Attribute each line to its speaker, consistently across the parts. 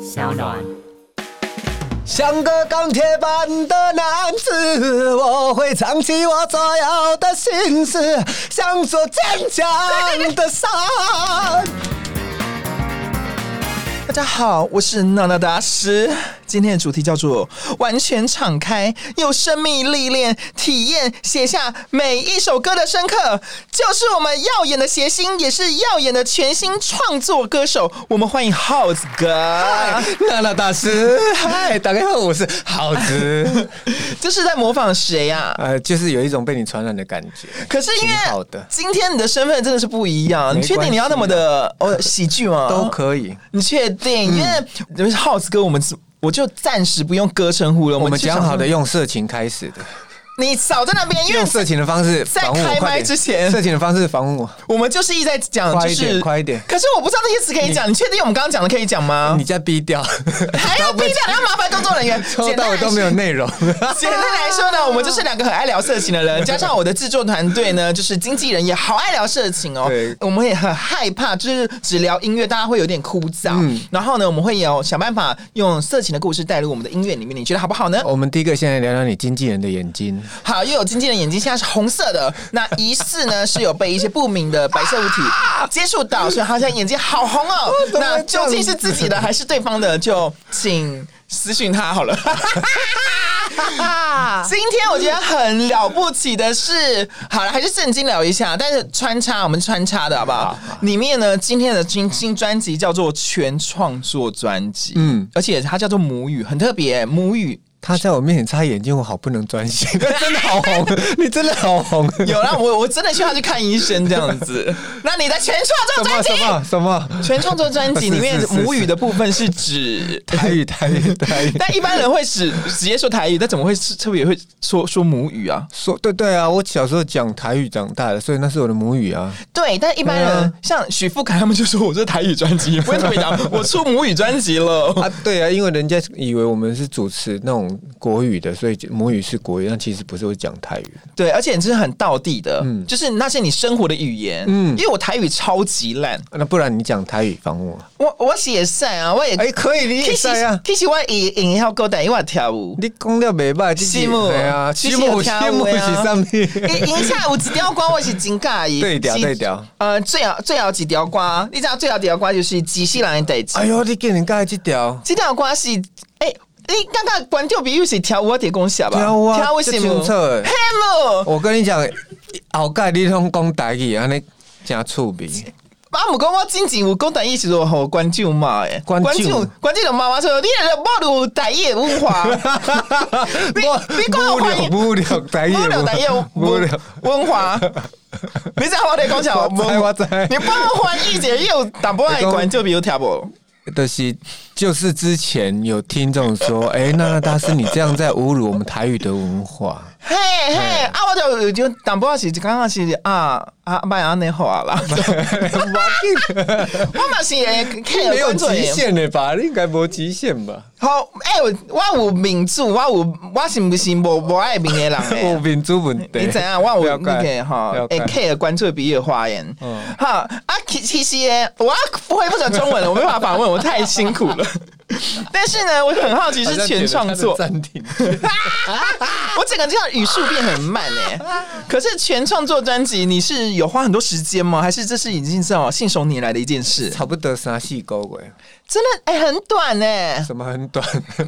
Speaker 1: 小暖。
Speaker 2: 像个钢铁般的男子，我会藏起我所有的心事，像座坚强的山。大家好，我是娜娜大师。今天的主题叫做“完全敞开，用生命历练体验写下每一首歌的深刻”，就是我们耀眼的谐星，也是耀眼的全新创作歌手。我们欢迎耗子哥。
Speaker 3: 娜娜大师，
Speaker 2: 哎
Speaker 3: 嗨，大家好，我是耗子。
Speaker 2: 这是在模仿谁呀、
Speaker 3: 呃，就是有一种被你传染的感觉。
Speaker 2: 可是因为
Speaker 3: 挺好的
Speaker 2: 今天你的身份真的是不一样，
Speaker 3: 没啊
Speaker 2: 你确定你要那么的哦喜剧吗？
Speaker 3: 都可以，嗯
Speaker 2: 你确定？因为因为耗子哥，我们只我就暂时不用哥称呼了，
Speaker 3: 我们
Speaker 2: 就想
Speaker 3: 讲好的
Speaker 2: 说，
Speaker 3: 用色情开始的，
Speaker 2: 你少在那边，因为
Speaker 3: 用色情的方式访问
Speaker 2: 在开
Speaker 3: 我，
Speaker 2: 麦
Speaker 3: 快点
Speaker 2: 之前
Speaker 3: 色情的方式访问我。
Speaker 2: 我们就是一直在讲，
Speaker 3: 快
Speaker 2: 就
Speaker 3: 一点
Speaker 2: 是
Speaker 3: 快一点
Speaker 2: 可是我不知道那些词可以讲，你确定我们刚刚讲的可以讲吗
Speaker 3: 你？在逼掉，
Speaker 2: 还要逼掉，还要麻烦工作人员。
Speaker 3: 抽
Speaker 2: 简
Speaker 3: 到
Speaker 2: 单
Speaker 3: 我
Speaker 2: 来
Speaker 3: 都
Speaker 2: 说
Speaker 3: 没有内容。
Speaker 2: 简单来说呢，我们就是两个很爱聊色情的人，加上我的制作团队呢，就是经纪人也好爱聊色情哦
Speaker 3: 对。
Speaker 2: 我们也很害怕，就是只聊音乐，大家会有点枯燥。
Speaker 3: 嗯
Speaker 2: 然后呢，我们会有想办法用色情的故事带入我们的音乐里面，你觉得好不好呢？
Speaker 3: 我们第一个先来聊聊你经纪人的眼睛，
Speaker 2: 好，又有经纪人眼睛现在是红色的，那疑似呢是有被一些不明的白色物 体接触到，所以好像眼睛好红哦。
Speaker 3: 怎么
Speaker 2: 那
Speaker 3: 会这
Speaker 2: 究
Speaker 3: 样
Speaker 2: 竟是自己的还是对方的，就请私讯他 好了。今天我觉得很了不起的是，好了，还是正经聊一下，但是穿插我们穿插的好不好？里面呢，今天的新新专辑叫做全创作专辑，嗯
Speaker 3: 嗯，
Speaker 2: 而且它叫做母语，很特别，母语
Speaker 3: 他在我面前擦眼睛，我好不能专心， 真的好红，你真的好红。
Speaker 2: 有啦，我我真的需要去看医生这样子。那你的全创
Speaker 3: 什
Speaker 2: 作专
Speaker 3: 么什
Speaker 2: 辑，
Speaker 3: 么啊什么
Speaker 2: 全创作专辑里面
Speaker 3: 是是是是
Speaker 2: 母语的部分是指。
Speaker 3: 台语台语台语。
Speaker 2: 但一般人会指直接说台语，但怎么会是特别会说说母语啊？
Speaker 3: 说对对啊，我小时候讲台语长大的，所以那是我的母语啊。
Speaker 2: 对，但一般人、
Speaker 3: 对啊
Speaker 2: 像许富凯他们就说我是台语专辑，也不会特别讲我出母语专辑了。
Speaker 3: 啊，对啊，因为人家以为我们是主持那种国语的，所以母语是国语，但其实不是我讲台语。
Speaker 2: 对，而且你是很道地的，就是那些你生活的语言。 嗯，因为我台语超级烂，
Speaker 3: 那不然你讲台语帮我？
Speaker 2: 我我写善啊，我也
Speaker 3: 哎、可以，你也在啊。
Speaker 2: 其实我也也要勾但因为我跳舞。
Speaker 3: 你讲了袂歹，这是
Speaker 2: 羡慕
Speaker 3: 对啊，
Speaker 2: 其
Speaker 3: 羡
Speaker 2: 实有
Speaker 3: 慕
Speaker 2: 听
Speaker 3: 羡慕
Speaker 2: 有
Speaker 3: 是
Speaker 2: 啊
Speaker 3: 啥物？
Speaker 2: 因因下有一条歌我是真介意，
Speaker 3: 对调
Speaker 2: 是
Speaker 3: 对调。
Speaker 2: 呃，最后最后一条歌，你知道最后一条歌就是机器人的代志
Speaker 3: 哎。呦，你竟然改这条，
Speaker 2: 这条歌是诶，你刚刚观众朋友是跳舞的讲啥吧？
Speaker 3: 跳舞啊
Speaker 2: 跳为什
Speaker 3: 这
Speaker 2: 么？
Speaker 3: 清楚的
Speaker 2: 嘿无，
Speaker 3: 我跟你讲，后盖你通讲台语，安尼真趣味。
Speaker 2: 我姆啊讲我之前有讲台语时阵，互观众骂诶，
Speaker 3: 观众
Speaker 2: 观众就骂我说，你若暴露台语的文 化， 你你讲我
Speaker 3: 无
Speaker 2: 欢
Speaker 3: 聊
Speaker 2: 迎
Speaker 3: 无聊台语，
Speaker 2: 无聊台语的
Speaker 3: 无
Speaker 2: 文
Speaker 3: 聊。
Speaker 2: 文化。你知道我在讲啥？
Speaker 3: 我知我知
Speaker 2: 你帮我翻译一下，你有淡薄仔的观众朋友听无？
Speaker 3: 就是就是之前有听众说，哎、娜娜大师，你这样在侮辱我们台语的文化。
Speaker 2: 嘿嘿，啊，我就有就淡薄仔是刚刚是啊啊，莫安尼好啊啦， 我嘛是会看
Speaker 3: 没有
Speaker 2: 观众的
Speaker 3: 极限的吧？应该没极限吧？
Speaker 2: 好，哎、我我有民主，我有我是不是无无爱民的人 诶？
Speaker 3: 我民主问题，
Speaker 2: 哎你知影我有那
Speaker 3: 了解
Speaker 2: 个哈，
Speaker 3: 了
Speaker 2: 哎
Speaker 3: 解
Speaker 2: K 的关注比较花言
Speaker 3: 嗯，
Speaker 2: 哈啊，其其实呢我不会不讲中文了，我没办法访问，我太辛苦 了。但是呢，我很好奇
Speaker 3: 好
Speaker 2: 是
Speaker 3: 像
Speaker 2: 全创作 啊
Speaker 3: 点了，他的暂停。
Speaker 2: 我整个这样语速变很慢哎、可是全创作专辑，你是有花很多时间吗？还是这是已经是哦信手拈来的一件 事？
Speaker 3: 差不多三四勾鬼，
Speaker 2: 真的哎、很短哎、
Speaker 3: 什么很短，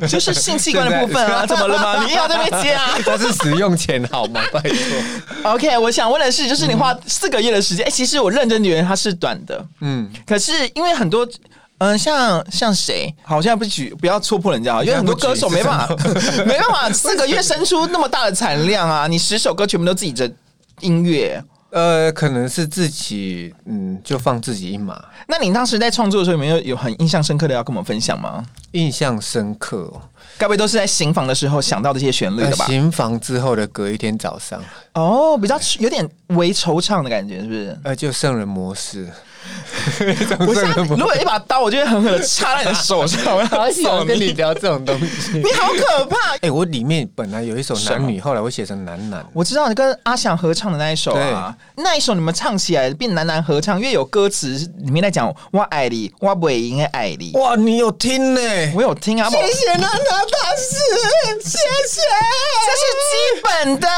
Speaker 2: 就是性器官的部分啊，
Speaker 3: 现在
Speaker 2: 怎么了吗？你也要在那边接 啊
Speaker 3: 但是使用前好吗？拜托，
Speaker 2: ？OK，我想问的是，就是你花四个月的时间，哎、其实我认真觉得它是短的，
Speaker 3: 嗯，
Speaker 2: 可是因为很多。嗯，像像谁？好，像不举，不要戳破人家啊，因为很多歌手没办法， 没办法四个月生出那么大的产量啊！你十首歌全部都自己的音乐，
Speaker 3: 呃，可能是自己，嗯，就放自己一马，
Speaker 2: 那你当时在创作的时候，有没有有很印象深刻的要跟我们分享吗？
Speaker 3: 印象深刻、哦。
Speaker 2: 该不会都是在行房的时候想到这些旋律
Speaker 3: 呃
Speaker 2: 的吧？
Speaker 3: 行房之后的隔一天早上，
Speaker 2: 哦，比较有点微惆怅的感觉，是不是？
Speaker 3: 呃，就圣人模式，
Speaker 2: 我现在啊如果有一把刀，我就会狠狠的插在你的手上，我
Speaker 3: 好
Speaker 2: 要
Speaker 3: 喜欢
Speaker 2: 送
Speaker 3: 跟你
Speaker 2: 你。
Speaker 3: 聊这种东西。
Speaker 2: 你好可怕！
Speaker 3: 哎、我里面本来有一首男女，后来我写成男男。
Speaker 2: 我知道你跟阿翔合唱的那一首啊，那一首你们唱起来变男男合唱，因为有歌词里面在讲“我爱你，我不应该爱你
Speaker 3: 啊哇，你有听呢、”，
Speaker 2: 我有听啊，这是
Speaker 3: 谢娜娜大师，谢谢，
Speaker 2: 基本的，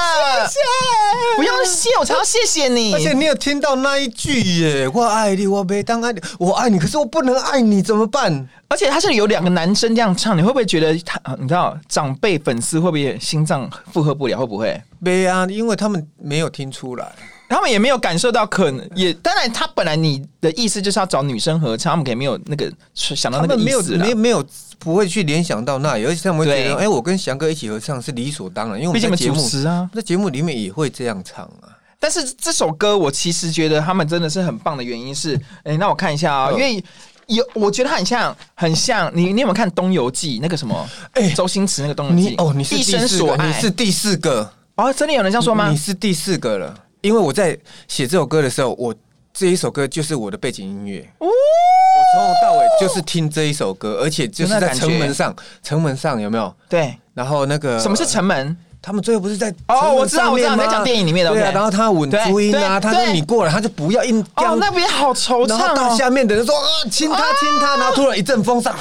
Speaker 2: 不用谢，我才要谢谢你
Speaker 3: 而。且哎你有听到那一句耶？我爱你，我每当爱你，我爱你，可是我不能爱你，怎么办？
Speaker 2: 而且他是有两个男生这样唱，你会不会觉得他？你知道长辈粉丝会不会心脏负荷不了？会不会？
Speaker 3: 没啊，因为他们没有听出来。
Speaker 2: 他们也没有感受到可能也，当然他本来你的意思就是要找女生合唱，他们可能没有那个想到
Speaker 3: 他
Speaker 2: 那个
Speaker 3: 们
Speaker 2: 意
Speaker 3: 没有
Speaker 2: 思啦啊
Speaker 3: 啊没。没有不会去联想到那里，而且他们会觉
Speaker 2: 对
Speaker 3: 得，哎、我跟翔哥一起合唱是理所当然，因为我
Speaker 2: 毕
Speaker 3: 们
Speaker 2: 竟
Speaker 3: 在节
Speaker 2: 我
Speaker 3: 目
Speaker 2: 们主持啊，
Speaker 3: 在节目里面也会这样唱啊。
Speaker 2: 但是这首歌我其实觉得他们真的是很棒的原因是，哎、那我看一下啊、因
Speaker 3: 嗯
Speaker 2: 为。有，我觉得它很像，很像你。你有没有看《东游记》那个什么？
Speaker 3: 哎
Speaker 2: 周星驰那个《东游
Speaker 3: 你
Speaker 2: 记》
Speaker 3: 哦，你是
Speaker 2: 一
Speaker 3: 第
Speaker 2: 生
Speaker 3: 四
Speaker 2: 所
Speaker 3: 个，
Speaker 2: 爱。
Speaker 3: 你是第四个，
Speaker 2: 哦，真的有人这样说吗
Speaker 3: 你？是第四个了，因为我在写这首歌的时候，我这一首歌就是我的背景音乐。
Speaker 2: 哦
Speaker 3: 我从头到尾就是听这一首歌，而且就是在城门上，城门上有没有？
Speaker 2: 对，
Speaker 3: 然后那个
Speaker 2: 什么是城门？
Speaker 3: 他们最后不是在
Speaker 2: 哦我
Speaker 3: 城门
Speaker 2: 知道
Speaker 3: 上啊
Speaker 2: 我知道
Speaker 3: 面
Speaker 2: 你在
Speaker 3: 吗
Speaker 2: 讲电影里面的
Speaker 3: 对啊，
Speaker 2: OK
Speaker 3: 然后他稳
Speaker 2: 对
Speaker 3: 朱茵啊，
Speaker 2: 对
Speaker 3: 他说
Speaker 2: 对
Speaker 3: 你过来，他就不要硬
Speaker 2: 哦
Speaker 3: 刚，，
Speaker 2: 那边好惆
Speaker 3: 然
Speaker 2: 怅
Speaker 3: 后到
Speaker 2: 哦。
Speaker 3: 下面的人说啊亲他亲他，然后突然一阵风上。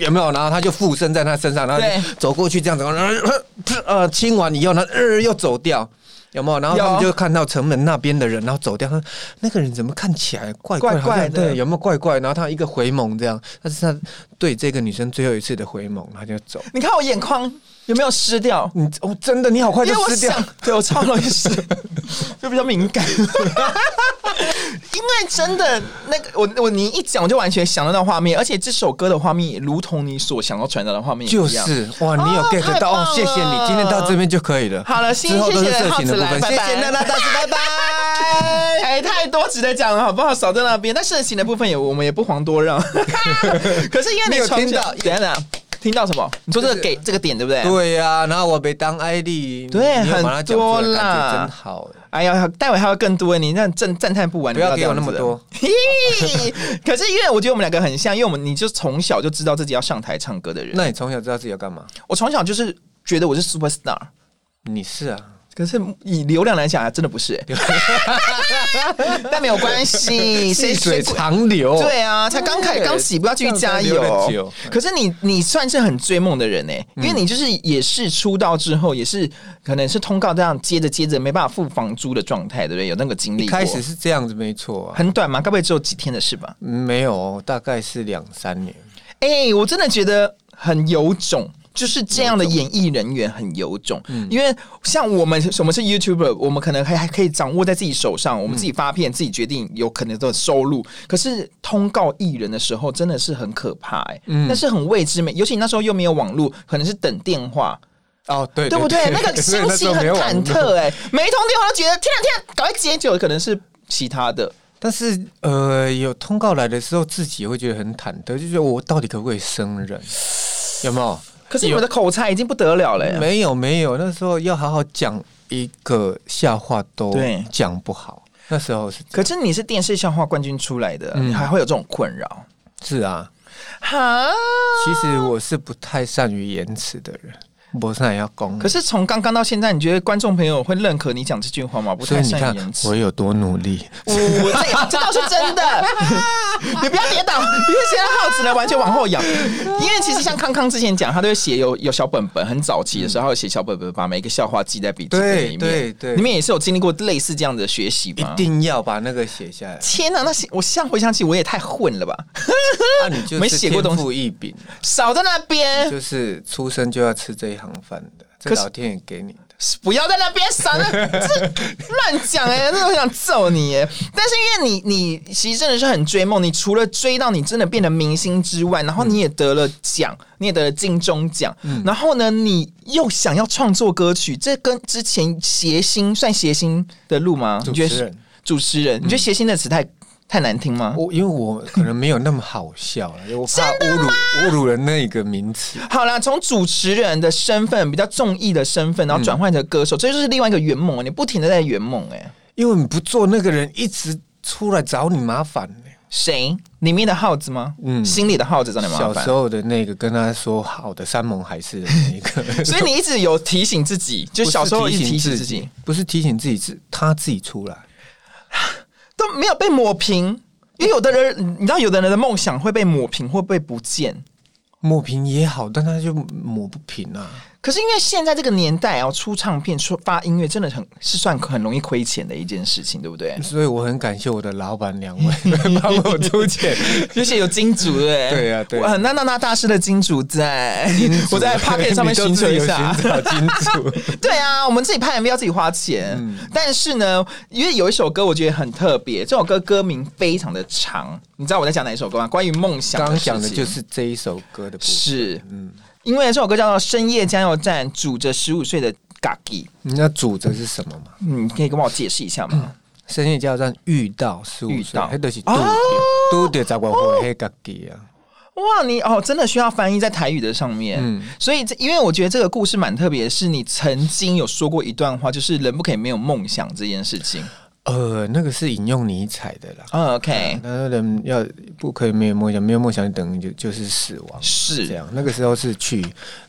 Speaker 3: 有没有？然后他就附身在他身上，然后
Speaker 2: 对
Speaker 3: 就走过去这样子，呃呃，亲完以后呢，呃又走掉，有没有？然后他们
Speaker 2: 有
Speaker 3: 就看到城门那边的人，然后走掉。他说那个人怎么看起来怪怪
Speaker 2: 怪怪
Speaker 3: 好像
Speaker 2: 的
Speaker 3: 对，有没有怪怪？然后他一个回眸这样，但是他对这个女生最后一次的回眸，他就走。
Speaker 2: 你看我眼眶有没有湿掉？
Speaker 3: 你哦，真的，你好快
Speaker 2: 因
Speaker 3: 就
Speaker 2: 为我
Speaker 3: 撕掉
Speaker 2: 想。，对我超容易湿，就比较敏 感。因为真的，那个我我你一讲，我就完全想到那画面，而且这首歌的画面也如同你所想要传达的画面一
Speaker 3: 就
Speaker 2: 样。
Speaker 3: 是哇，你有
Speaker 2: 哦
Speaker 3: get 到
Speaker 2: 太
Speaker 3: 哦
Speaker 2: 棒，
Speaker 3: 谢谢
Speaker 2: 了
Speaker 3: 你，今天到这边就可以了。
Speaker 2: 好了，谢
Speaker 3: 之后
Speaker 2: 谢
Speaker 3: 都是
Speaker 2: 谢
Speaker 3: 色
Speaker 2: 耗
Speaker 3: 情
Speaker 2: 子
Speaker 3: 的部
Speaker 2: 来，
Speaker 3: 分，
Speaker 2: 拜
Speaker 3: 谢
Speaker 2: 拜。
Speaker 3: 谢娜娜大师，拜拜。
Speaker 2: 哎，太多值得讲了，好不好？少在那边。但事情的部分也，我们也不遑多让。 可是因为
Speaker 3: 你
Speaker 2: 你
Speaker 3: 有
Speaker 2: 从
Speaker 3: 听
Speaker 2: 小
Speaker 3: 到
Speaker 2: 等一下等一下听到什么？你说这个
Speaker 3: 就是
Speaker 2: 给这个点对不对？
Speaker 3: 对呀、然后我被当艾丽，
Speaker 2: 对
Speaker 3: 你有把它讲出来
Speaker 2: 很多啦
Speaker 3: 感觉真好。
Speaker 2: 哎呀，待会还有更多，你那赞赞叹不完。
Speaker 3: 不要
Speaker 2: 你这样子
Speaker 3: 给我那么多。
Speaker 2: 嘿 可是因为我觉得我们两个很像，因为我们你就从小就知道自己要上台唱歌的人。
Speaker 3: 那你从小知道自己要干嘛？
Speaker 2: 我从小就是觉得我是 super star，
Speaker 3: 你是啊，
Speaker 2: 可是以流量来讲，真的不 是、但没有关系，谁
Speaker 3: 细
Speaker 2: 谁
Speaker 3: 水长流。
Speaker 2: 对啊，才刚开
Speaker 3: 对
Speaker 2: 刚起步，要继续加
Speaker 3: 这样才留得
Speaker 2: 油
Speaker 3: 久。嗯
Speaker 2: 可是你你算是很追梦的人呢、因为你就是也是出道之后，也是可能是通告这样接着接着没办法付房租的状态，对不对？有那个经历
Speaker 3: 一
Speaker 2: 过，
Speaker 3: 开始是这样子，没错、啊。
Speaker 2: 很短嘛，该不会只有几天的事吧？
Speaker 3: 没有，大概是两三年。
Speaker 2: 哎、我真的觉得很有种。就是这样的演艺人员很有种，
Speaker 3: 嗯
Speaker 2: 因为像我们什么是 YouTuber，我们可能还还可以掌握在自己手上，
Speaker 3: 嗯
Speaker 2: 我们自己发片，自己决定有可能的收入。可是通告艺人的时候，真的是很可怕、欸，
Speaker 3: 嗯
Speaker 2: 那是很未知，没，尤其你那时候又没有网络，可能是等电话，
Speaker 3: 哦，对
Speaker 2: 对不对？那个心情很忐。
Speaker 3: 时候没有网络
Speaker 2: 忑、欸，哎，每一通电话都觉得天啊天啊，赶快接，就可能是其他的。
Speaker 3: 但是呃，有通告来的时候，自己也会觉得很忐忑，就觉得我到底可不可以生 人？有没有？
Speaker 2: 可是你们的口才已经不得了了、欸，
Speaker 3: 没有没有，那时候要好好讲一个笑话都
Speaker 2: 对
Speaker 3: 讲不好，那时候是
Speaker 2: 可是你是电视笑话冠军出来的，
Speaker 3: 嗯
Speaker 2: 你还会有这种困扰？
Speaker 3: 是啊。
Speaker 2: 哈，
Speaker 3: 其实我是不太善于言辞的人，我上也要攻。
Speaker 2: 可是从刚刚到现在，你觉得观众朋友会认可你讲这句话吗？不
Speaker 3: 所
Speaker 2: 太
Speaker 3: 以你
Speaker 2: 善
Speaker 3: 看
Speaker 2: 言辞。
Speaker 3: 我有多努力，
Speaker 2: 我 这这倒是真的，你不要跌倒，因为现在耗子呢完全往后 仰。因为其实像康康之前讲，他都会写有有小本本，很早期的时候他会写小本本，把每一个笑话记在笔记本里面。
Speaker 3: 对对对
Speaker 2: 你们也是有经历过类似这样的学习
Speaker 3: 一
Speaker 2: 吗？
Speaker 3: 定要把那个写下来。
Speaker 2: 天哪、那些我现在回想起，我也太混了吧，
Speaker 3: 那啊你就是
Speaker 2: 啊没写过东西
Speaker 3: 天赋异禀，
Speaker 2: 少在那边。
Speaker 3: 就是出生就要吃这一行饭的，这
Speaker 2: 可是
Speaker 3: 老天爷给你的。
Speaker 2: 不要在那边闪 了，这乱讲哎，真的我想揍你哎！但是因为你，你其实真的是很追梦，你除了追到你真的变成明星之外，然后你也得了奖，你也得了金钟奖，
Speaker 3: 嗯
Speaker 2: 然后呢，你又想要创作歌曲，这跟之前谐星算谐星的路吗？
Speaker 3: 主
Speaker 2: 你觉得
Speaker 3: 持人嗯
Speaker 2: 是主持人，你觉得谐星的词太太难听吗？
Speaker 3: 我因为我可能没有那么好笑了，我怕侮辱侮辱了那个名词。
Speaker 2: 好啦，从主持人的身份比较综艺的身份，然
Speaker 3: 嗯
Speaker 2: 后转换成歌手，这就是另外一个圆梦，你不停的在圆梦哎。
Speaker 3: 因为你不做那个人，一直出来找你麻烦呢、
Speaker 2: 谁？里面的耗子吗？嗯，
Speaker 3: 嗯
Speaker 2: 心里的耗子找你麻
Speaker 3: 小
Speaker 2: 烦
Speaker 3: 时。候的那个跟他说好的山盟海誓的那一 个，
Speaker 2: 所以你一直有提醒自己，就小时候一直提醒
Speaker 3: 不是
Speaker 2: 自己，，
Speaker 3: 不是提醒自己，是他自己出来。
Speaker 2: 都没有被抹平。因为有的人，你知道，有的人的梦想会被抹平，会被不见。
Speaker 3: 抹平也好，但他就抹不平啊。？
Speaker 2: 可是因为现在这个年代哦，出唱片、出发音乐，真的很是算很容易亏钱的一件事情，对不对
Speaker 3: 所以我很感谢我的老板两位帮我出钱。
Speaker 2: 而且有金主对不对？
Speaker 3: 对呀对呀啊
Speaker 2: 哇那那那大师的金主在，我在 p o c k e t 上面寻求一下
Speaker 3: 你。都自己有 寻找金主
Speaker 2: 对啊，我们自己拍 MV 要自己花钱，
Speaker 3: 嗯
Speaker 2: 但是呢，因为有一首歌我觉得很特别，这首歌歌名非常的长，你知道我在讲哪一首歌吗？关于梦想
Speaker 3: 刚刚
Speaker 2: 事情
Speaker 3: 讲的就是这一首歌的部分。
Speaker 2: 是，
Speaker 3: 嗯
Speaker 2: 因为这首歌叫做《深夜加油站》，煮着十五岁的 Gagi，
Speaker 3: 你知道主则是什么吗？
Speaker 2: 嗯你可以跟我解释一下
Speaker 3: 嗯
Speaker 2: 吗？
Speaker 3: 深夜加油站遇到十五
Speaker 2: 遇
Speaker 3: 岁
Speaker 2: 到，
Speaker 3: 那就是
Speaker 2: 哦
Speaker 3: 都得找我回黑个己啊。
Speaker 2: 哇，你哦，真的需要翻译在台语的上面，
Speaker 3: 嗯
Speaker 2: 所以这因为我觉得这个故事蛮特别，是你曾经有说过一段话，就是人不可以没有梦想这件事情。
Speaker 3: 呃，那个是引用尼采的啦。
Speaker 2: 嗯 OK，
Speaker 3: 那人要不可以没有梦想，没有梦想就等于就就是死亡。这
Speaker 2: 是嗯
Speaker 3: 样，那个时候是去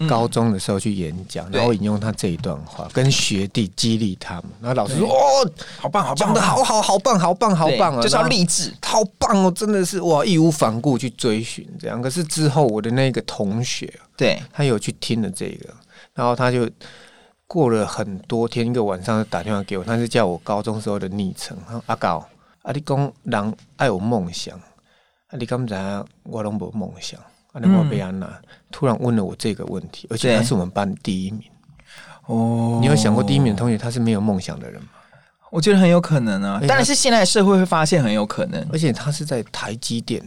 Speaker 3: 高中的时候去演讲，
Speaker 2: 对
Speaker 3: 然后引用他这一段话，跟学弟激励他们。然后老师说：“
Speaker 2: 对
Speaker 3: 哦，
Speaker 2: 好棒，好
Speaker 3: 讲的好好好棒，好棒，好
Speaker 2: 对
Speaker 3: 棒啊！”
Speaker 2: 就是要
Speaker 3: 然后
Speaker 2: 励志。
Speaker 3: 好棒哦，真的是哇，义无反顾去追寻这样。可是之后我的那个同学，啊
Speaker 2: 对，
Speaker 3: 他有去听了这个，然后他就过了很多天，一个晚上就打电话给我，他是叫我高中时候的昵称，他说阿高，啊你讲人爱有梦想，啊你刚才我拢无梦想，啊你我被安娜突然问了我这个问题，而且
Speaker 2: 对
Speaker 3: 他是我们班第一名。
Speaker 2: 哦
Speaker 3: 你有想过第一名的同学他是没有梦想的人吗？
Speaker 2: 我觉得很有可能啊，
Speaker 3: 哎
Speaker 2: 当然是现在社会会发现很有可能，
Speaker 3: 而且他是在台积电，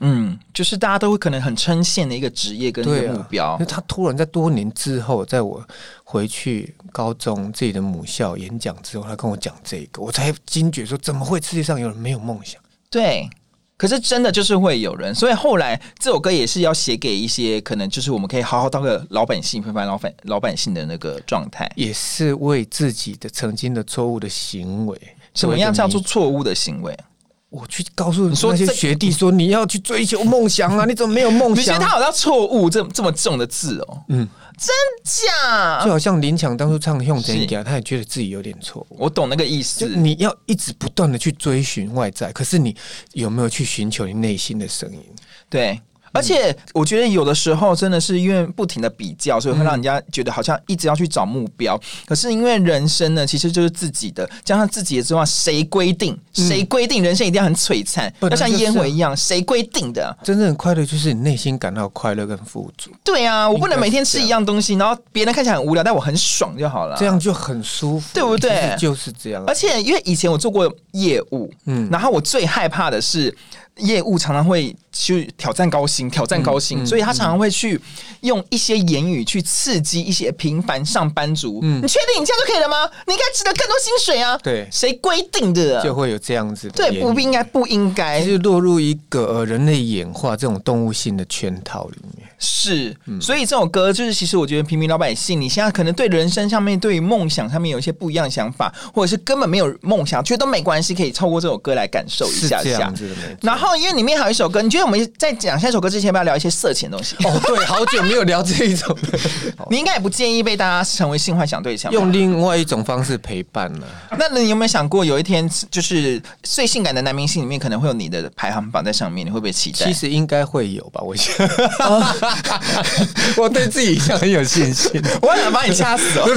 Speaker 2: 嗯，就是大家都会可能很称羡的一个职业跟一
Speaker 3: 对
Speaker 2: 个
Speaker 3: 啊
Speaker 2: 目标，
Speaker 3: 那他突然在多年之后，在我回去高中自己的母校演讲之后，他跟我讲这个，我才惊觉说，怎么会世界上有人没有梦想？
Speaker 2: 对。可是真的就是会有人，所以后来这首歌也是要写给一些可能就是我们可以好好当个老百姓、平凡老百老百姓的那个状态。
Speaker 3: 也是为自己的曾经的错误的行为，
Speaker 2: 什么样叫做
Speaker 3: 做一个
Speaker 2: 错误的行为？
Speaker 3: 明？我去告诉
Speaker 2: 你说
Speaker 3: 那些
Speaker 2: 这
Speaker 3: 学弟说，你要去追求梦想啊！你怎么没有梦
Speaker 2: 你觉
Speaker 3: 想
Speaker 2: 得？他好像错误这这么重的字哦？
Speaker 3: 嗯，
Speaker 2: 真假
Speaker 3: 就？好像林强当初唱《用
Speaker 2: 是
Speaker 3: 真假》，他也觉得自己有点错误。
Speaker 2: 我懂那个意
Speaker 3: 就
Speaker 2: 思。
Speaker 3: 你要一直不断的去追寻外在，可是你有没有去寻求你内心的声音？
Speaker 2: 对，而
Speaker 3: 嗯
Speaker 2: 且我觉得有的时候真的是因为不停的比较，所以会让人家觉得好像一直要去找目标。可是因为人生呢，其实就是自己的，加上自己的之外，谁规定？谁规定人生一定要很璀璨，
Speaker 3: 本
Speaker 2: 要
Speaker 3: 来
Speaker 2: 像
Speaker 3: 嗯就是
Speaker 2: 烟
Speaker 3: 啊
Speaker 2: 火一样？谁规定的？
Speaker 3: 真正的快乐就是你内心感到快乐跟富足，
Speaker 2: 对啊，我不能
Speaker 3: 应该
Speaker 2: 每
Speaker 3: 是
Speaker 2: 天吃一样东西，然后别人看起来很无聊，但我很爽就好了。
Speaker 3: 这样就很舒服，
Speaker 2: 对不对
Speaker 3: 其实就是这样。
Speaker 2: 而且因为以前我做过业务，嗯，然后我最害怕的是业务常常会去挑战高薪，挑战高
Speaker 3: 嗯
Speaker 2: 薪，所以他常常会去用一些言语去刺激一些平凡上班族。你确定你这样就可以了吗？你应该值得更多薪水啊！
Speaker 3: 嗯对
Speaker 2: 谁规定的
Speaker 3: 就
Speaker 2: 啊？
Speaker 3: 会有这样子的
Speaker 2: 对，
Speaker 3: 言
Speaker 2: 不
Speaker 3: 语
Speaker 2: 应该，不应该
Speaker 3: 就是落入一个、呃、人类演化这种动物性的圈套里面。
Speaker 2: 是。
Speaker 3: 嗯
Speaker 2: 所以这首歌就是，其实我觉得平民老百姓，你现在可能对人生上面、对于梦想上面有一些不一样的想法，或者是根本没有梦想，觉得都没关系，可以透过这首歌来感受一
Speaker 3: 是
Speaker 2: 下
Speaker 3: 这
Speaker 2: 下
Speaker 3: 样。子的，没错
Speaker 2: 然后，因为里面还有一首歌，你觉得我们在讲下一首歌之前，要不要聊一些色情的东西？
Speaker 3: 哦，对，好久没有聊这一 种的，
Speaker 2: 你应该也不建议被大家成为性幻想对象吧。
Speaker 3: 用另外一种方式陪伴了、
Speaker 2: 那你有没有想过，有一天就是最性感的男明星里面，可能会有你的排行榜在上面，你会不会期待？
Speaker 3: 其实应该会有吧，我想，哦 我对自己一向很有信 心。
Speaker 2: 我好想把你掐死哦！ 我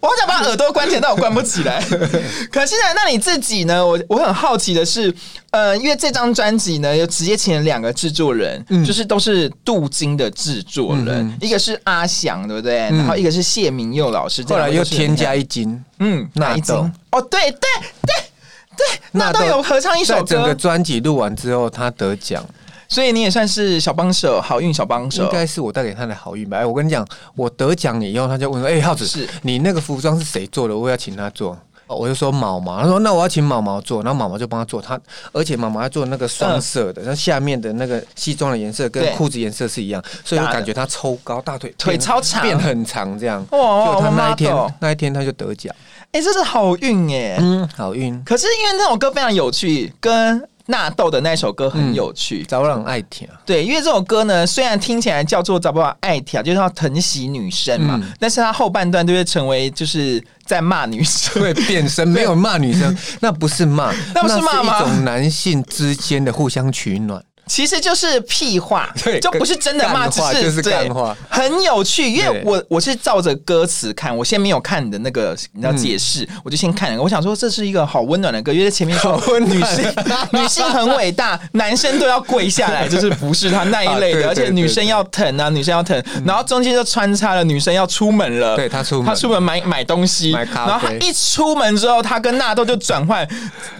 Speaker 2: 我好想把耳朵关起来，但我关不起 来。可是呢，那你自己呢？我我很好奇的是，呃，因为这张专辑呢，有职业前的两个制作人，
Speaker 3: 嗯
Speaker 2: 就是都是镀金的制作人，一个是阿翔，对不对？然后一个是谢明佑老师，这
Speaker 3: 嗯后
Speaker 2: 两
Speaker 3: 来
Speaker 2: 位都
Speaker 3: 又
Speaker 2: 是很
Speaker 3: 添
Speaker 2: 厉害
Speaker 3: 加一斤，
Speaker 2: 嗯，
Speaker 3: 纳
Speaker 2: 哪一
Speaker 3: 豆
Speaker 2: 种？哦，对对对对，纳
Speaker 3: 纳
Speaker 2: 豆
Speaker 3: 豆
Speaker 2: 有合唱一首
Speaker 3: 在整
Speaker 2: 歌
Speaker 3: 个，专辑录完之后，他得奖。
Speaker 2: 所以你也算是小帮手，好运小帮手
Speaker 3: 应。该是我带给他的好运吧。哎，我跟你讲，我得奖以后，他就问说：“哎、浩子，
Speaker 2: 是
Speaker 3: 你那个服装是谁做的？我要请他做。哦我就说毛毛，他说那我要请毛毛做，然后毛毛就帮他做，他而且毛毛要做那个双色的，那、下面的那个西装的颜色
Speaker 2: 嗯
Speaker 3: 跟
Speaker 2: 对
Speaker 3: 裤子颜色是一样，所以我感觉他抽高大腿
Speaker 2: 腿
Speaker 3: 变
Speaker 2: 超长
Speaker 3: 变很长这样。
Speaker 2: 哇
Speaker 3: 就他
Speaker 2: 我
Speaker 3: 那一天
Speaker 2: model
Speaker 3: 那一天他就得奖，
Speaker 2: 哎、这是好运哎、
Speaker 3: 嗯，好运，
Speaker 2: 可是因为那首歌非常有趣，跟纳豆的那首歌
Speaker 3: 嗯
Speaker 2: 很有趣。
Speaker 3: 早让爱听。啊
Speaker 2: 对，因为这首歌呢，虽然听起来叫做“找不到爱条”，就是要疼惜女生嘛，
Speaker 3: 嗯
Speaker 2: 但是它后半段就会成为就是在骂女生。
Speaker 3: 对，变身没有骂女生，那不是骂，
Speaker 2: 那不是骂吗
Speaker 3: 那是一种男性之间的互相取暖。
Speaker 2: 其实就是屁话，
Speaker 3: 对
Speaker 2: 就不是真的骂，
Speaker 3: 干
Speaker 2: 只
Speaker 3: 话就是
Speaker 2: 对
Speaker 3: 干话
Speaker 2: 很有趣。因为
Speaker 3: 对
Speaker 2: 我我是照着歌词看，我先没有看你的那个你
Speaker 3: 嗯
Speaker 2: 要解释，我就先看了。我想说这是一个好温暖的歌，因为前面说
Speaker 3: 好温暖
Speaker 2: 女性女性很伟大，男生都要跪下 来，就是不是他那一类的，
Speaker 3: 啊对
Speaker 2: 而且
Speaker 3: 对嗯
Speaker 2: 女生要疼啊，女生要疼。然后中间就穿插了女生要出门了，
Speaker 3: 对她出门
Speaker 2: 她出门买买东西，
Speaker 3: 买咖啡
Speaker 2: 然后她一出门之后，她跟纳豆就转换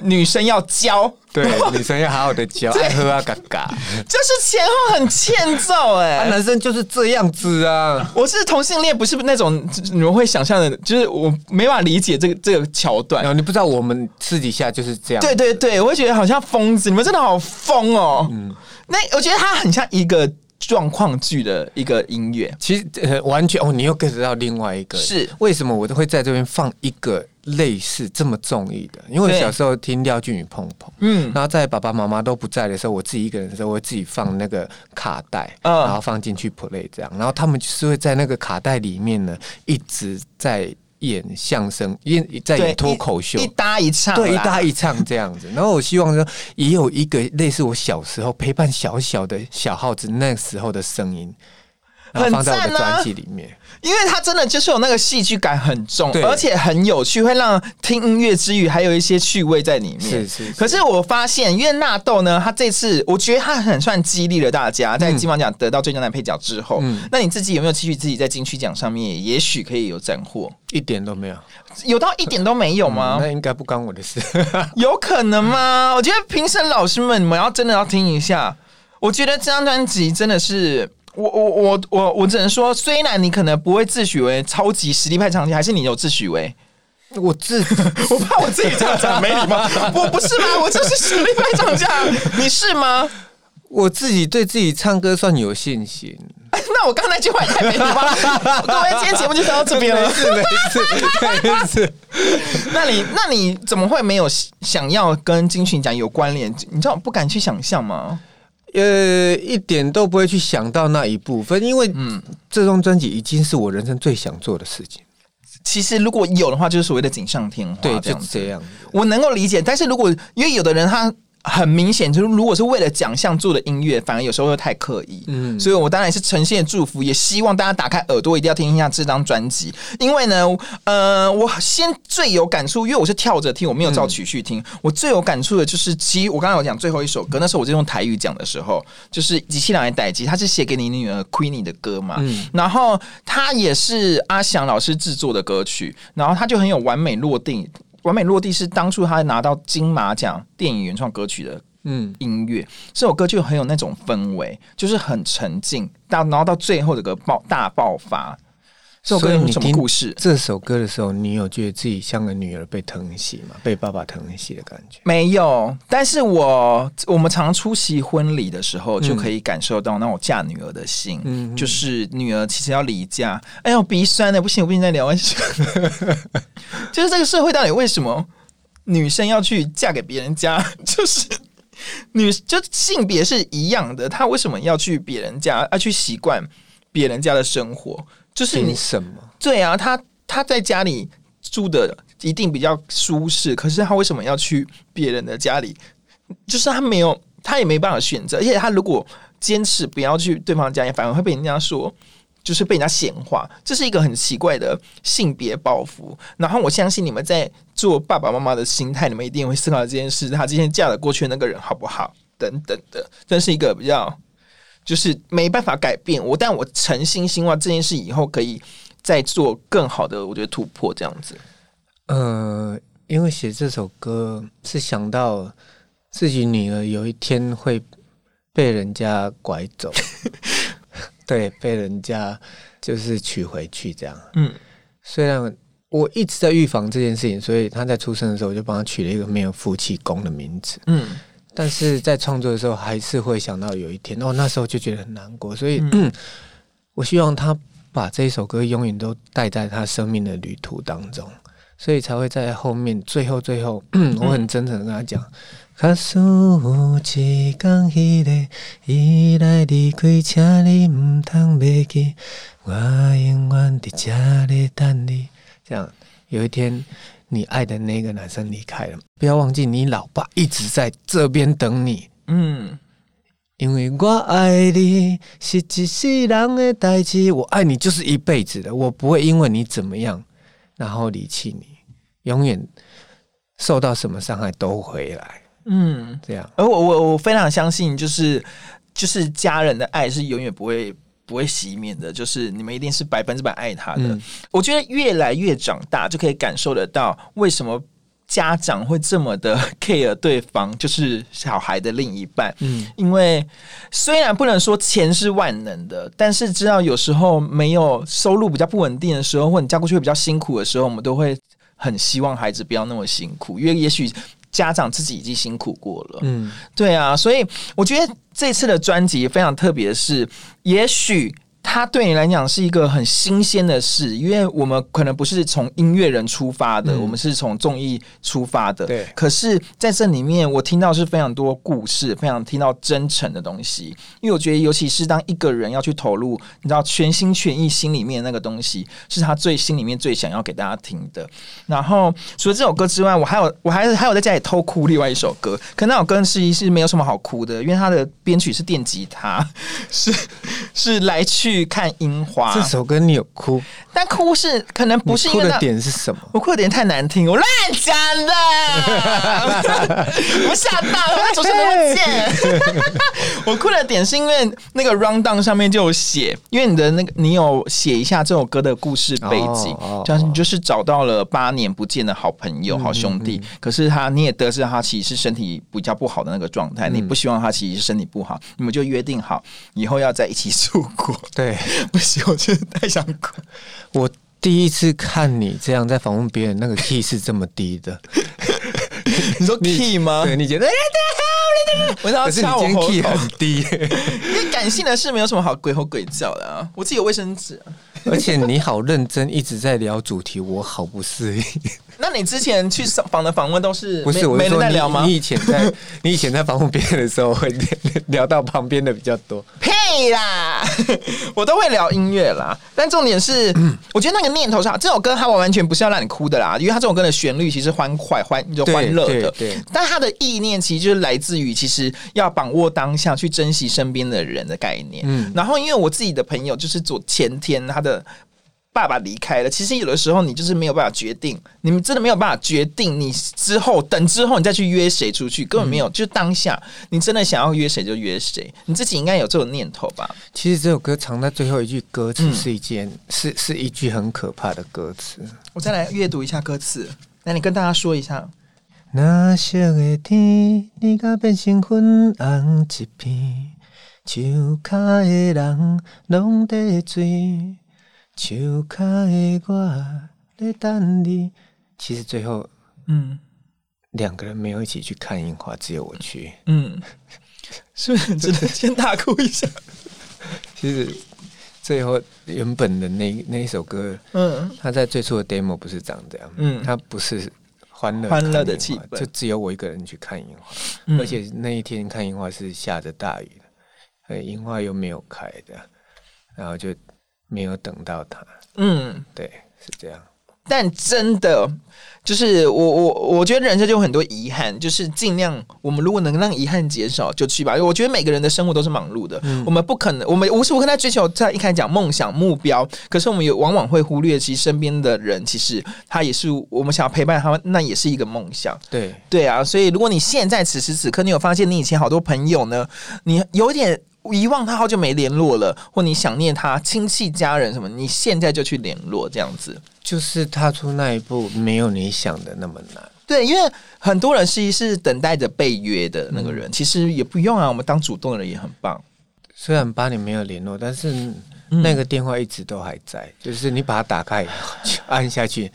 Speaker 2: 女生要教。
Speaker 3: 对，女生要好好的 教，爱喝啊，嘎嘎。
Speaker 2: 就是前后很欠揍哎、
Speaker 3: 啊，男生就是这样子啊。
Speaker 2: 我是同性恋，不是那种你们会想象的，就是我没法理解这个这个桥段
Speaker 3: 然。哎后你不知道我们私底下就是这样。
Speaker 2: 对对对，我会觉得好像疯子，你们真的好疯哦。
Speaker 3: 嗯
Speaker 2: 那我觉得它很像一个状况剧的一个音乐，
Speaker 3: 其实呃，完全哦，你又 get 到另外一个
Speaker 2: 是
Speaker 3: 为什么我都会在这边放一个类似这么综艺的？因为
Speaker 2: 对
Speaker 3: 小时候听廖俊宇碰碰，
Speaker 2: 嗯
Speaker 3: 嗯，然后在爸爸妈妈都不在的时候，我自己一个人的时候，我会自己放那个卡带，
Speaker 2: 嗯
Speaker 3: 然后放进去 play 这样，然后他们就是会在那个卡带里面呢，一直在演相声，演在
Speaker 2: 对，
Speaker 3: 演脱口秀
Speaker 2: 一一。搭一唱，
Speaker 3: 对，一。搭一唱这样子，然后我希望说，也有一个类似我小时候陪伴小小的小耗子那时候的声音，然后
Speaker 2: 很
Speaker 3: 放在我的
Speaker 2: 赞啊
Speaker 3: 专辑里面。
Speaker 2: 因为它真的就是有那个戏剧感很重，
Speaker 3: 对
Speaker 2: 而且很有趣，会让听音乐之余还有一些趣味在里面。
Speaker 3: 是是是
Speaker 2: 可是我发现，因为纳豆呢，他这次我觉得他很算激励了大家，在金马奖得到最佳男配角之后，
Speaker 3: 嗯
Speaker 2: 那你自己有没有期许自己在金曲奖上面也许可以有斩获？
Speaker 3: 一点都没有
Speaker 2: 有到一点都没有吗？
Speaker 3: 那应该不关我的事。
Speaker 2: 有可能吗？我觉得评审老师们，你们要真的要听一下。我觉得这张专辑真的是，我我我我我只能说，虽然你可能不会自诩为超级实力派唱家，还是你有自诩为。
Speaker 3: 我自
Speaker 2: 我怕 我自己这样讲没礼貌，我不是吧？我就是实力派唱家，你是吗？
Speaker 3: 我自己对自己唱歌算有信心。
Speaker 2: 那我刚才那句话也太没礼貌 了。各位，今天节目就到这边
Speaker 3: 没
Speaker 2: 了。
Speaker 3: 事没事没事，
Speaker 2: 那你那你怎么会没有想要跟金曲奖有关联？你知道我不敢去想象吗？
Speaker 3: 呃，一点都不会去想到那一部分，因为嗯，这张专辑已经是我人生最想做的事情。
Speaker 2: 其实如果有的话，就是所谓的锦上添花
Speaker 3: 对，
Speaker 2: 这
Speaker 3: 就
Speaker 2: 样子。
Speaker 3: 这样子。
Speaker 2: 我能够理解，但是如果因为有的人他很明显就是，如果是为了奖项做的音乐，反而有时候会太刻意。嗯，
Speaker 3: 嗯
Speaker 2: 所以我当然是呈现祝福，也希望大家打开耳朵，一定要听一下这张专辑，因为呢，呃，我先最有感触，因为我是跳着听，我没有照曲序听，我最有感触的就是，其实我刚才有讲最后一首歌，那时候我就用台语讲的时候，就是《机器人来逮鸡》，它是写给你女儿 Queenie 的歌嘛，
Speaker 3: 嗯
Speaker 2: 然后它也是阿翔老师制作的歌曲，然后它就很有完美落地。完美落地是当初他拿到金马奖电影原创歌曲的
Speaker 3: 嗯，
Speaker 2: 音乐，这首歌就很有那种氛围，就是很沉静，到然后到最后这个爆大爆发。这首歌
Speaker 3: 所以
Speaker 2: 有
Speaker 3: 你
Speaker 2: 什么
Speaker 3: 听
Speaker 2: 故事？
Speaker 3: 这首歌的时候，你有觉得自己像个女儿被疼惜吗？被爸爸疼惜的感觉？
Speaker 2: 没有，但是我我们常出席婚礼的时候，就可以感受到那种嫁女儿的心，
Speaker 3: 嗯
Speaker 2: 就是女儿其实要离家，哎呦鼻酸的不行，我不行再聊下 去。就是这个社会到底为什么女生要去嫁给别人家？ 就是女就性别是一样的，她为什么要去别人家，要去习惯别人家的生活？就是你
Speaker 3: 凭什么？
Speaker 2: 对啊，他他在家里住的一定比较舒适，可是他为什么要去别人的家里？就是他没有，他也没办法选择，而且他如果坚持不要去对方的家里，反而会被人家说。就是被人家闲话，这是一个很奇怪的性别包袱。然后我相信你们在做爸爸妈妈的心态，你们一定会思考这件事：他今天嫁了过去的那个人好不好？等等的，这是一个比较就是没办法改变我，但我诚心希望这件事以后可以再做更好的，我觉得突破这样子。
Speaker 3: 呃，因为写这首歌是想到自己女儿有一天会被人家拐走， 对，被人家就是娶回去这样。
Speaker 2: 嗯，
Speaker 3: 虽然我一直在预防这件事情，所以他在出生的时候我就帮他取了一个没有夫妻宫的名字。
Speaker 2: 嗯，
Speaker 3: 但是在创作的时候，还是会想到有一天，哦，那时候就觉得很难过，所以、 我希望他把这一首歌永远都带在他生命的旅途当中，所以才会在后面最后最后，我很真诚的跟他讲。假使有一天，迄个伊来离开，请你毋通袂记，我永远伫这里等你。这样，有一天你爱的那个男生离开了，不要忘记你老爸一直在这边等你。
Speaker 2: 嗯，
Speaker 3: 因为我爱你是一世人的代志，我爱你就是一辈子的，我不会因为你怎么样，然后离弃你，永远受到什么伤害都回来。
Speaker 2: 嗯，
Speaker 3: 这样，
Speaker 2: 而我我我非常相信，就是就是家人的爱是永远不会不会熄灭的，就是你们一定是百分之百爱他的。
Speaker 3: 嗯
Speaker 2: 我觉得越来越长大，就可以感受得到为什么。家长会这么的 care 对方，就是小孩的另一半，
Speaker 3: 嗯
Speaker 2: 因为虽然不能说钱是万能的，但是知道有时候没有收入比较不稳定的时候，或者你嫁过去会比较辛苦的时候，我们都会很希望孩子不要那么辛苦，因为也许家长自己已经辛苦过了。
Speaker 3: 嗯，
Speaker 2: 对啊，所以我觉得这次的专辑非常特别的是，也许。它对你来讲是一个很新鲜的事，因为我们可能不是从音乐人出发的，
Speaker 3: 嗯
Speaker 2: 我们是从综艺出发的。
Speaker 3: 对
Speaker 2: 可是在这里面，我听到是非常多故事，非常听到真诚的东西。因为我觉得，尤其是当一个人要去投入，你知道全心全意心里面的那个东西，是他最心里面最想要给大家听的。然后除了这首歌之外，我还有我还还有在家里偷哭另外一首歌，可那首歌是是没有什么好哭的，因为它的编曲是电吉他， 是是来去看樱花
Speaker 3: 这，首歌你有哭，
Speaker 2: 但哭是可能不是
Speaker 3: 你
Speaker 2: 因
Speaker 3: 哭
Speaker 2: 为
Speaker 3: 的
Speaker 2: 那。
Speaker 3: 点是什么？
Speaker 2: 我哭的点太难听，我乱讲的，哎我吓到了，主持人会
Speaker 3: 哎
Speaker 2: 见。我哭的点是因为那个 round down 上面就有写，因为你的那个你有写一下这首歌的故事背景
Speaker 3: 哦哦，嗯
Speaker 2: 就是你就是找到了八年不见的好朋友、好兄弟，可是他你也得知他其实是身体比较不好的那个状
Speaker 3: 嗯
Speaker 2: 态，你不希望他其实是身体不好，你们就约定好以后要在一起出国。
Speaker 3: 对
Speaker 2: 不行，我真的太想哭。
Speaker 3: 我第一次看你这样在访问别人，那个 key 是这么低的，
Speaker 2: 你说 key 吗？
Speaker 3: 对，你觉得？
Speaker 2: 我想要
Speaker 3: 可是你
Speaker 2: 掐我
Speaker 3: 今天
Speaker 2: 喉
Speaker 3: key
Speaker 2: 头
Speaker 3: 很低，
Speaker 2: 因为感性的事没有什么好鬼吼鬼叫的啊，我自己有卫生纸啊、
Speaker 3: 而且你好认真，一直在聊主题，我好不适应。
Speaker 2: 那你之前去上访的访问都是
Speaker 3: 不是，
Speaker 2: 没
Speaker 3: 我
Speaker 2: 没
Speaker 3: 是
Speaker 2: 人
Speaker 3: 说
Speaker 2: 在
Speaker 3: 你
Speaker 2: 聊吗
Speaker 3: 你？以前在 你以前在访问别人的时候，会聊到旁边的比较多。
Speaker 2: 呸啦， 我都会聊音乐啦。但重点是，我觉得那个念头上，这首歌它完完全不是要让你哭的啦，因为它这首歌的旋律其实欢快、欢就
Speaker 3: 对
Speaker 2: 欢乐的
Speaker 3: 对对，
Speaker 2: 但它的意念其实就是来自于其实要把握当下，去珍惜身边的人的概念。
Speaker 3: 嗯
Speaker 2: 然后因为我自己的朋友就是昨前天他的。爸爸离开了，其实有的时候你就是没有办法决定，你们真的没有办法决定你之后等之后你再去约谁出去，根本没有，就当下你真的想要约谁就约谁，你自己应该有这种念头吧？
Speaker 3: 其实这首歌藏在最后一句歌词
Speaker 2: 嗯
Speaker 3: 是一件、是是一句很可怕的歌词。
Speaker 2: 我再来阅读一下歌词，那你跟大家说一下，
Speaker 3: 那色的天，你甲变成粉红一片，树脚的人拢在醉，树脚的我在等你。其实最后
Speaker 2: 嗯
Speaker 3: 两个人没有一起去看樱花，只有我去。
Speaker 2: 嗯，是不是很值得先大哭一下？
Speaker 3: 其实最后原本的那那一首歌，
Speaker 2: 嗯
Speaker 3: 它在最初的 demo 不是长这样，
Speaker 2: 嗯
Speaker 3: 它不是欢乐
Speaker 2: 欢乐的
Speaker 3: 看樱花
Speaker 2: 气氛
Speaker 3: 就只有我一个人去看樱花，
Speaker 2: 嗯
Speaker 3: 而且那一天看樱花是下着大雨的，呃，樱花又没有开的，然后就没有等到它，
Speaker 2: 嗯，
Speaker 3: 对，是这样，
Speaker 2: 但真的就是我我我觉得人生就有很多遗憾，就是尽量我们如果能让遗憾减少就去吧。因为我觉得每个人的生活都是忙碌的，我们不可能，我们无时无刻在追求，在一开始讲梦想目标，可是我们有往往会忽略，其实身边的人其实他也是我们想要陪伴他们，那也是一个梦想。
Speaker 3: 对，
Speaker 2: 对啊，所以如果你现在此时此刻你有发现你以前好多朋友呢，你有点遗忘他，好久没联络了，或你想念他亲戚家人什么，你现在就去联络这样子。
Speaker 3: 就是踏出那一步，没有你想的那么难，
Speaker 2: 对，因为很多人其实是等待着被约的那个人，其实也不用啊，我们当主动的人也很棒。
Speaker 3: 虽然八年没有联络，但是那个电话一直都还在，就是你把它打开按下去，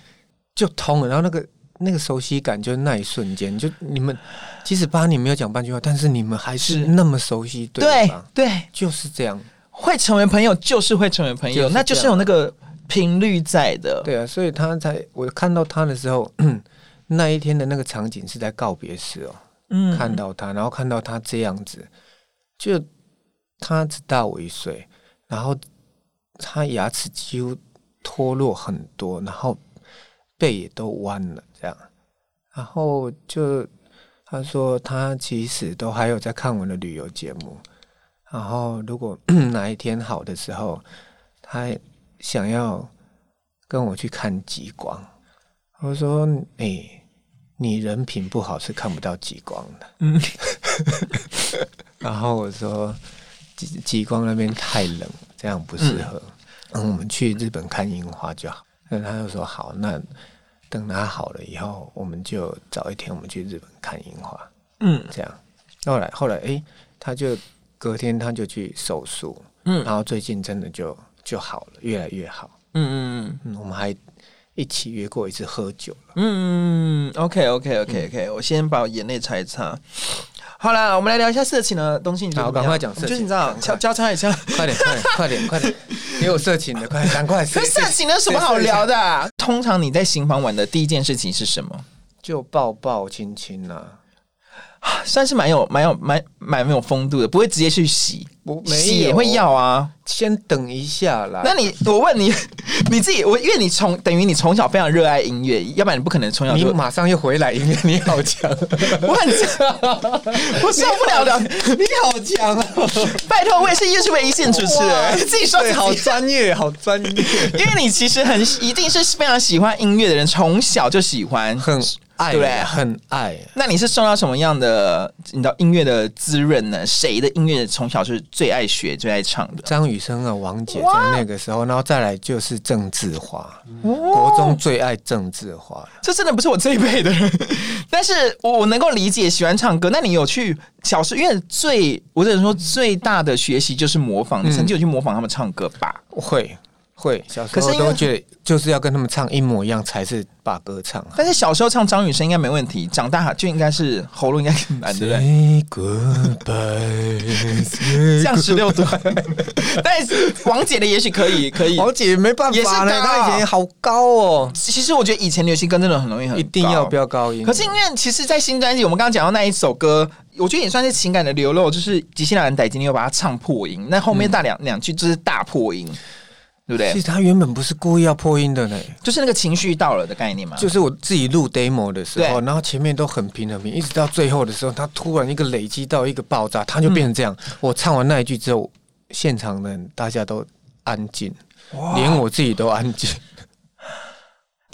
Speaker 3: 就通了。然后那个那个熟悉感，就是那一瞬间，就你们即使八年没有讲半句话，但是你们还是
Speaker 2: 是
Speaker 3: 那么熟悉
Speaker 2: 对
Speaker 3: 方，
Speaker 2: 对，
Speaker 3: 就是这样。
Speaker 2: 会成为朋友就是会成为朋
Speaker 3: 就是这
Speaker 2: 友，
Speaker 3: 样
Speaker 2: 那就是有那个频率在的。
Speaker 3: 对啊，所以他在我看到他的时候， 那一天的那个场景是在告别式哦，
Speaker 2: 嗯
Speaker 3: 看到他，然后看到他这样子，就他只大我一岁，然后他牙齿几乎脱落很多，然后背也都弯了这样，然后就他说他其实都还有在看我的旅游节目，然后如果 哪一天好的时候，他想要跟我去看极光，我说哎。你人品不好是看不到极光的。
Speaker 2: 嗯
Speaker 3: 然后我说极极光那边太冷，这样不适合。嗯，我们去日本看樱花就好。那他就说好，那等他好了以后，我们就早一天我们去日本看樱花。
Speaker 2: 嗯
Speaker 3: 这样，后来后来诶，他就隔天他就去手术，
Speaker 2: 嗯
Speaker 3: 然后最近真的就就好了，越来越好。
Speaker 2: 嗯嗯嗯
Speaker 3: 嗯，我们还一起约过一次喝酒了。
Speaker 2: 嗯嗯，OK OK OK OK，我先把我眼泪擦一擦。好啦，我们来聊一下色情的东西。你觉得
Speaker 3: 好
Speaker 2: 怎么样
Speaker 3: 赶快讲色情
Speaker 2: 就是你知道
Speaker 3: 赶，快
Speaker 2: 交交叉一下。
Speaker 3: 快点，快 点，快点，快点！给我色情的，快，赶快！
Speaker 2: 可是色情的有什么好聊的啊、通常你在新房玩的第一件事情是什么？
Speaker 3: 就抱抱亲亲啊，
Speaker 2: 算是蛮有蛮有蛮蛮没有风度的，不会直接去洗，
Speaker 3: 我
Speaker 2: 洗也会，要啊。
Speaker 3: 先等一下啦。
Speaker 2: 那你我问你， 你自己我因为你从等于你从小非常热爱音乐，要不然你不可能从小
Speaker 3: 你
Speaker 2: 就
Speaker 3: 马上又回来，因为你好 强，
Speaker 2: 我很我受不了的。
Speaker 3: 你好强啊！
Speaker 2: 拜托，我也是 YouTube 一线主持
Speaker 3: 哇
Speaker 2: 人，自己说自
Speaker 3: 对，好
Speaker 2: 己。
Speaker 3: 专业，好专业，
Speaker 2: 因为你其实很一定是非常喜欢音乐的人，从小就喜欢。
Speaker 3: 很爱，
Speaker 2: 对不对
Speaker 3: 很爱。
Speaker 2: 那你是受到什么样的你知道音乐的滋润呢？谁的音乐从小是最爱学、最爱唱的？
Speaker 3: 张雨生啊，王姐在
Speaker 2: 哇
Speaker 3: 那个时候，然后再来就是郑智化，国中最爱郑智化了。
Speaker 2: 这真的不是我这一辈的人， 但是我我能够理解喜欢唱歌。那你有去小时候，因为最我只能说最大的学习就是模仿，你曾经有去模仿他们唱歌吧？
Speaker 3: 会会，小时
Speaker 2: 可
Speaker 3: 候
Speaker 2: 是因为
Speaker 3: 都觉得就是要跟他们唱一模一样，才是把歌唱好。
Speaker 2: 但是小时候唱张雨生应该没问题，长大就应该是喉咙应该很难， 对不对？
Speaker 3: Say goodbye，
Speaker 2: 像十六度，但是王姐的也许可以，可以。
Speaker 3: 王姐没办
Speaker 2: 也是
Speaker 3: 法呢，
Speaker 2: 高
Speaker 3: 她以前好高哦，
Speaker 2: 其实我觉得以前流行歌真的很容易很
Speaker 3: 一定要
Speaker 2: 高
Speaker 3: 飙高音。
Speaker 2: 可是因为其实，在新专辑，我们刚刚讲到那一首歌，我觉得也算是情感的流露，就是《极限男人逮今天又把它唱破音，那后面大两两、句就是大破音，对不
Speaker 3: 其
Speaker 2: 对？
Speaker 3: 实她原本不是故意要破音的呢，
Speaker 2: 就是那个情绪到了的概念嘛。
Speaker 3: 就是我自己录 demo 的时候，
Speaker 2: 啊对
Speaker 3: 然后前面都很平很平，一直到最后的时候，她突然一个累积到一个爆炸，她就变成这样。
Speaker 2: 嗯
Speaker 3: 我唱完那一句之后，现场的人大家都安静，连我自己都安静。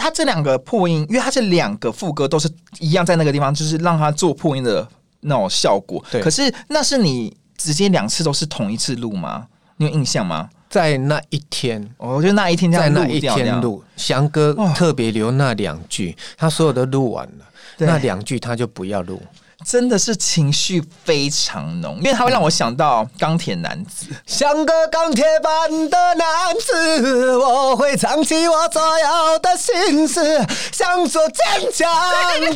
Speaker 2: 他这两个破音，因为他这两个副歌都是一样，在那个地方就是让他做破音的那种效果。
Speaker 3: 对
Speaker 2: 可是那是你直接两次都是同一次录吗？你有印象吗？
Speaker 3: 在那一天，
Speaker 2: 我就那一天这
Speaker 3: 在
Speaker 2: 样
Speaker 3: 那
Speaker 2: 录
Speaker 3: 一
Speaker 2: 掉，这
Speaker 3: 天
Speaker 2: 样
Speaker 3: 录，翔哥
Speaker 2: 哇
Speaker 3: 特别留那两句，他所有的录完了，
Speaker 2: 对
Speaker 3: 那两句他就不要录。
Speaker 2: 真的是情绪非常浓，因为它会让我想到钢铁男子。
Speaker 3: 像个钢铁般的男子，我会藏起我所有的心思，像座 坚强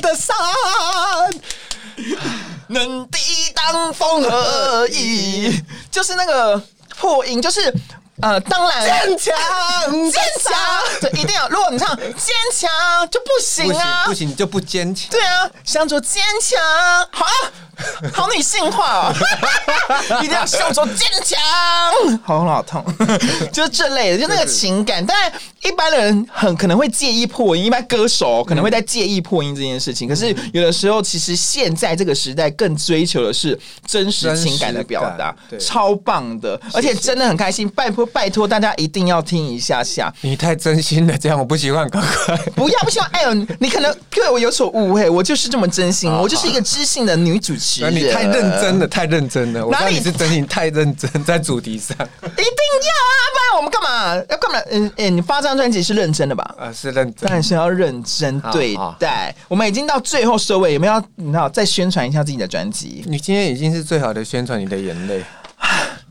Speaker 3: 的山。
Speaker 2: 能抵挡风和雨，就是那个破音，就是呃，当然
Speaker 3: 坚强
Speaker 2: 坚强，对，一定要。如果你唱坚强就不行啊，
Speaker 3: 行，就不坚强。
Speaker 2: 对啊，向左坚强，好啊，好女性化、哦， 一定要向左坚强，喉咙好痛，就是这类的，就那个情感。当然，一般的人很可能会介意破音，一般歌手可能会在
Speaker 3: 嗯
Speaker 2: 介意破音这件事情。可是有的时候，其实现在这个时代更追求的是真实情感的表达
Speaker 3: 真实感对，
Speaker 2: 超棒的，而且真的很开心。拜托拜托，大家一定要听一下下。
Speaker 3: 你太真心了，这样我不喜欢，赶快。
Speaker 2: 不要不喜欢，哎呦，你可能对我有所误会，我就是这么真心，
Speaker 3: 好
Speaker 2: 我就是一个知性的女主持人。
Speaker 3: 啊哎你太认真，了，太认真了。我知
Speaker 2: 哪
Speaker 3: 道
Speaker 2: 里
Speaker 3: 你是真心，你太认真，在主题 上
Speaker 2: 一定要啊，不然我们干嘛？要干嘛？嗯嗯，你发这张专辑是认真的吧？
Speaker 3: 啊，是认真
Speaker 2: 当。然是要认真对待。我们已经到最后收尾，有没有要你知道再宣传一下自己的专辑？
Speaker 3: 你今天已经是最好的宣传你的眼泪，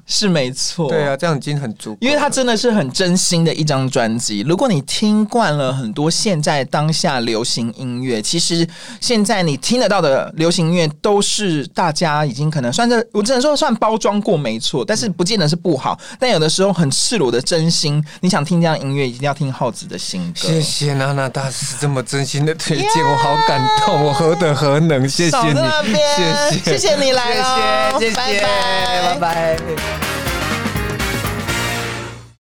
Speaker 2: 是没错，
Speaker 3: 对啊，这样已经很足够了，
Speaker 2: 因为他真的是很真心的一张专辑。如果你听惯了很多现在当下流行音乐，其实现在你听得到的流行音乐都是大家已经可能算是，我只能说算包装过没错，但是不见得是不好。但有的时候很赤裸的真心，你想听这样的音乐，一定要听耗子的新歌。
Speaker 3: 谢谢娜娜大师这么真心的推荐，我好感动，我何德何能？谢谢
Speaker 2: 少在
Speaker 3: 你
Speaker 2: 那，边，
Speaker 3: 谢谢，
Speaker 2: 谢你来哦，
Speaker 3: 谢谢，谢谢，
Speaker 2: 拜拜
Speaker 3: 拜拜。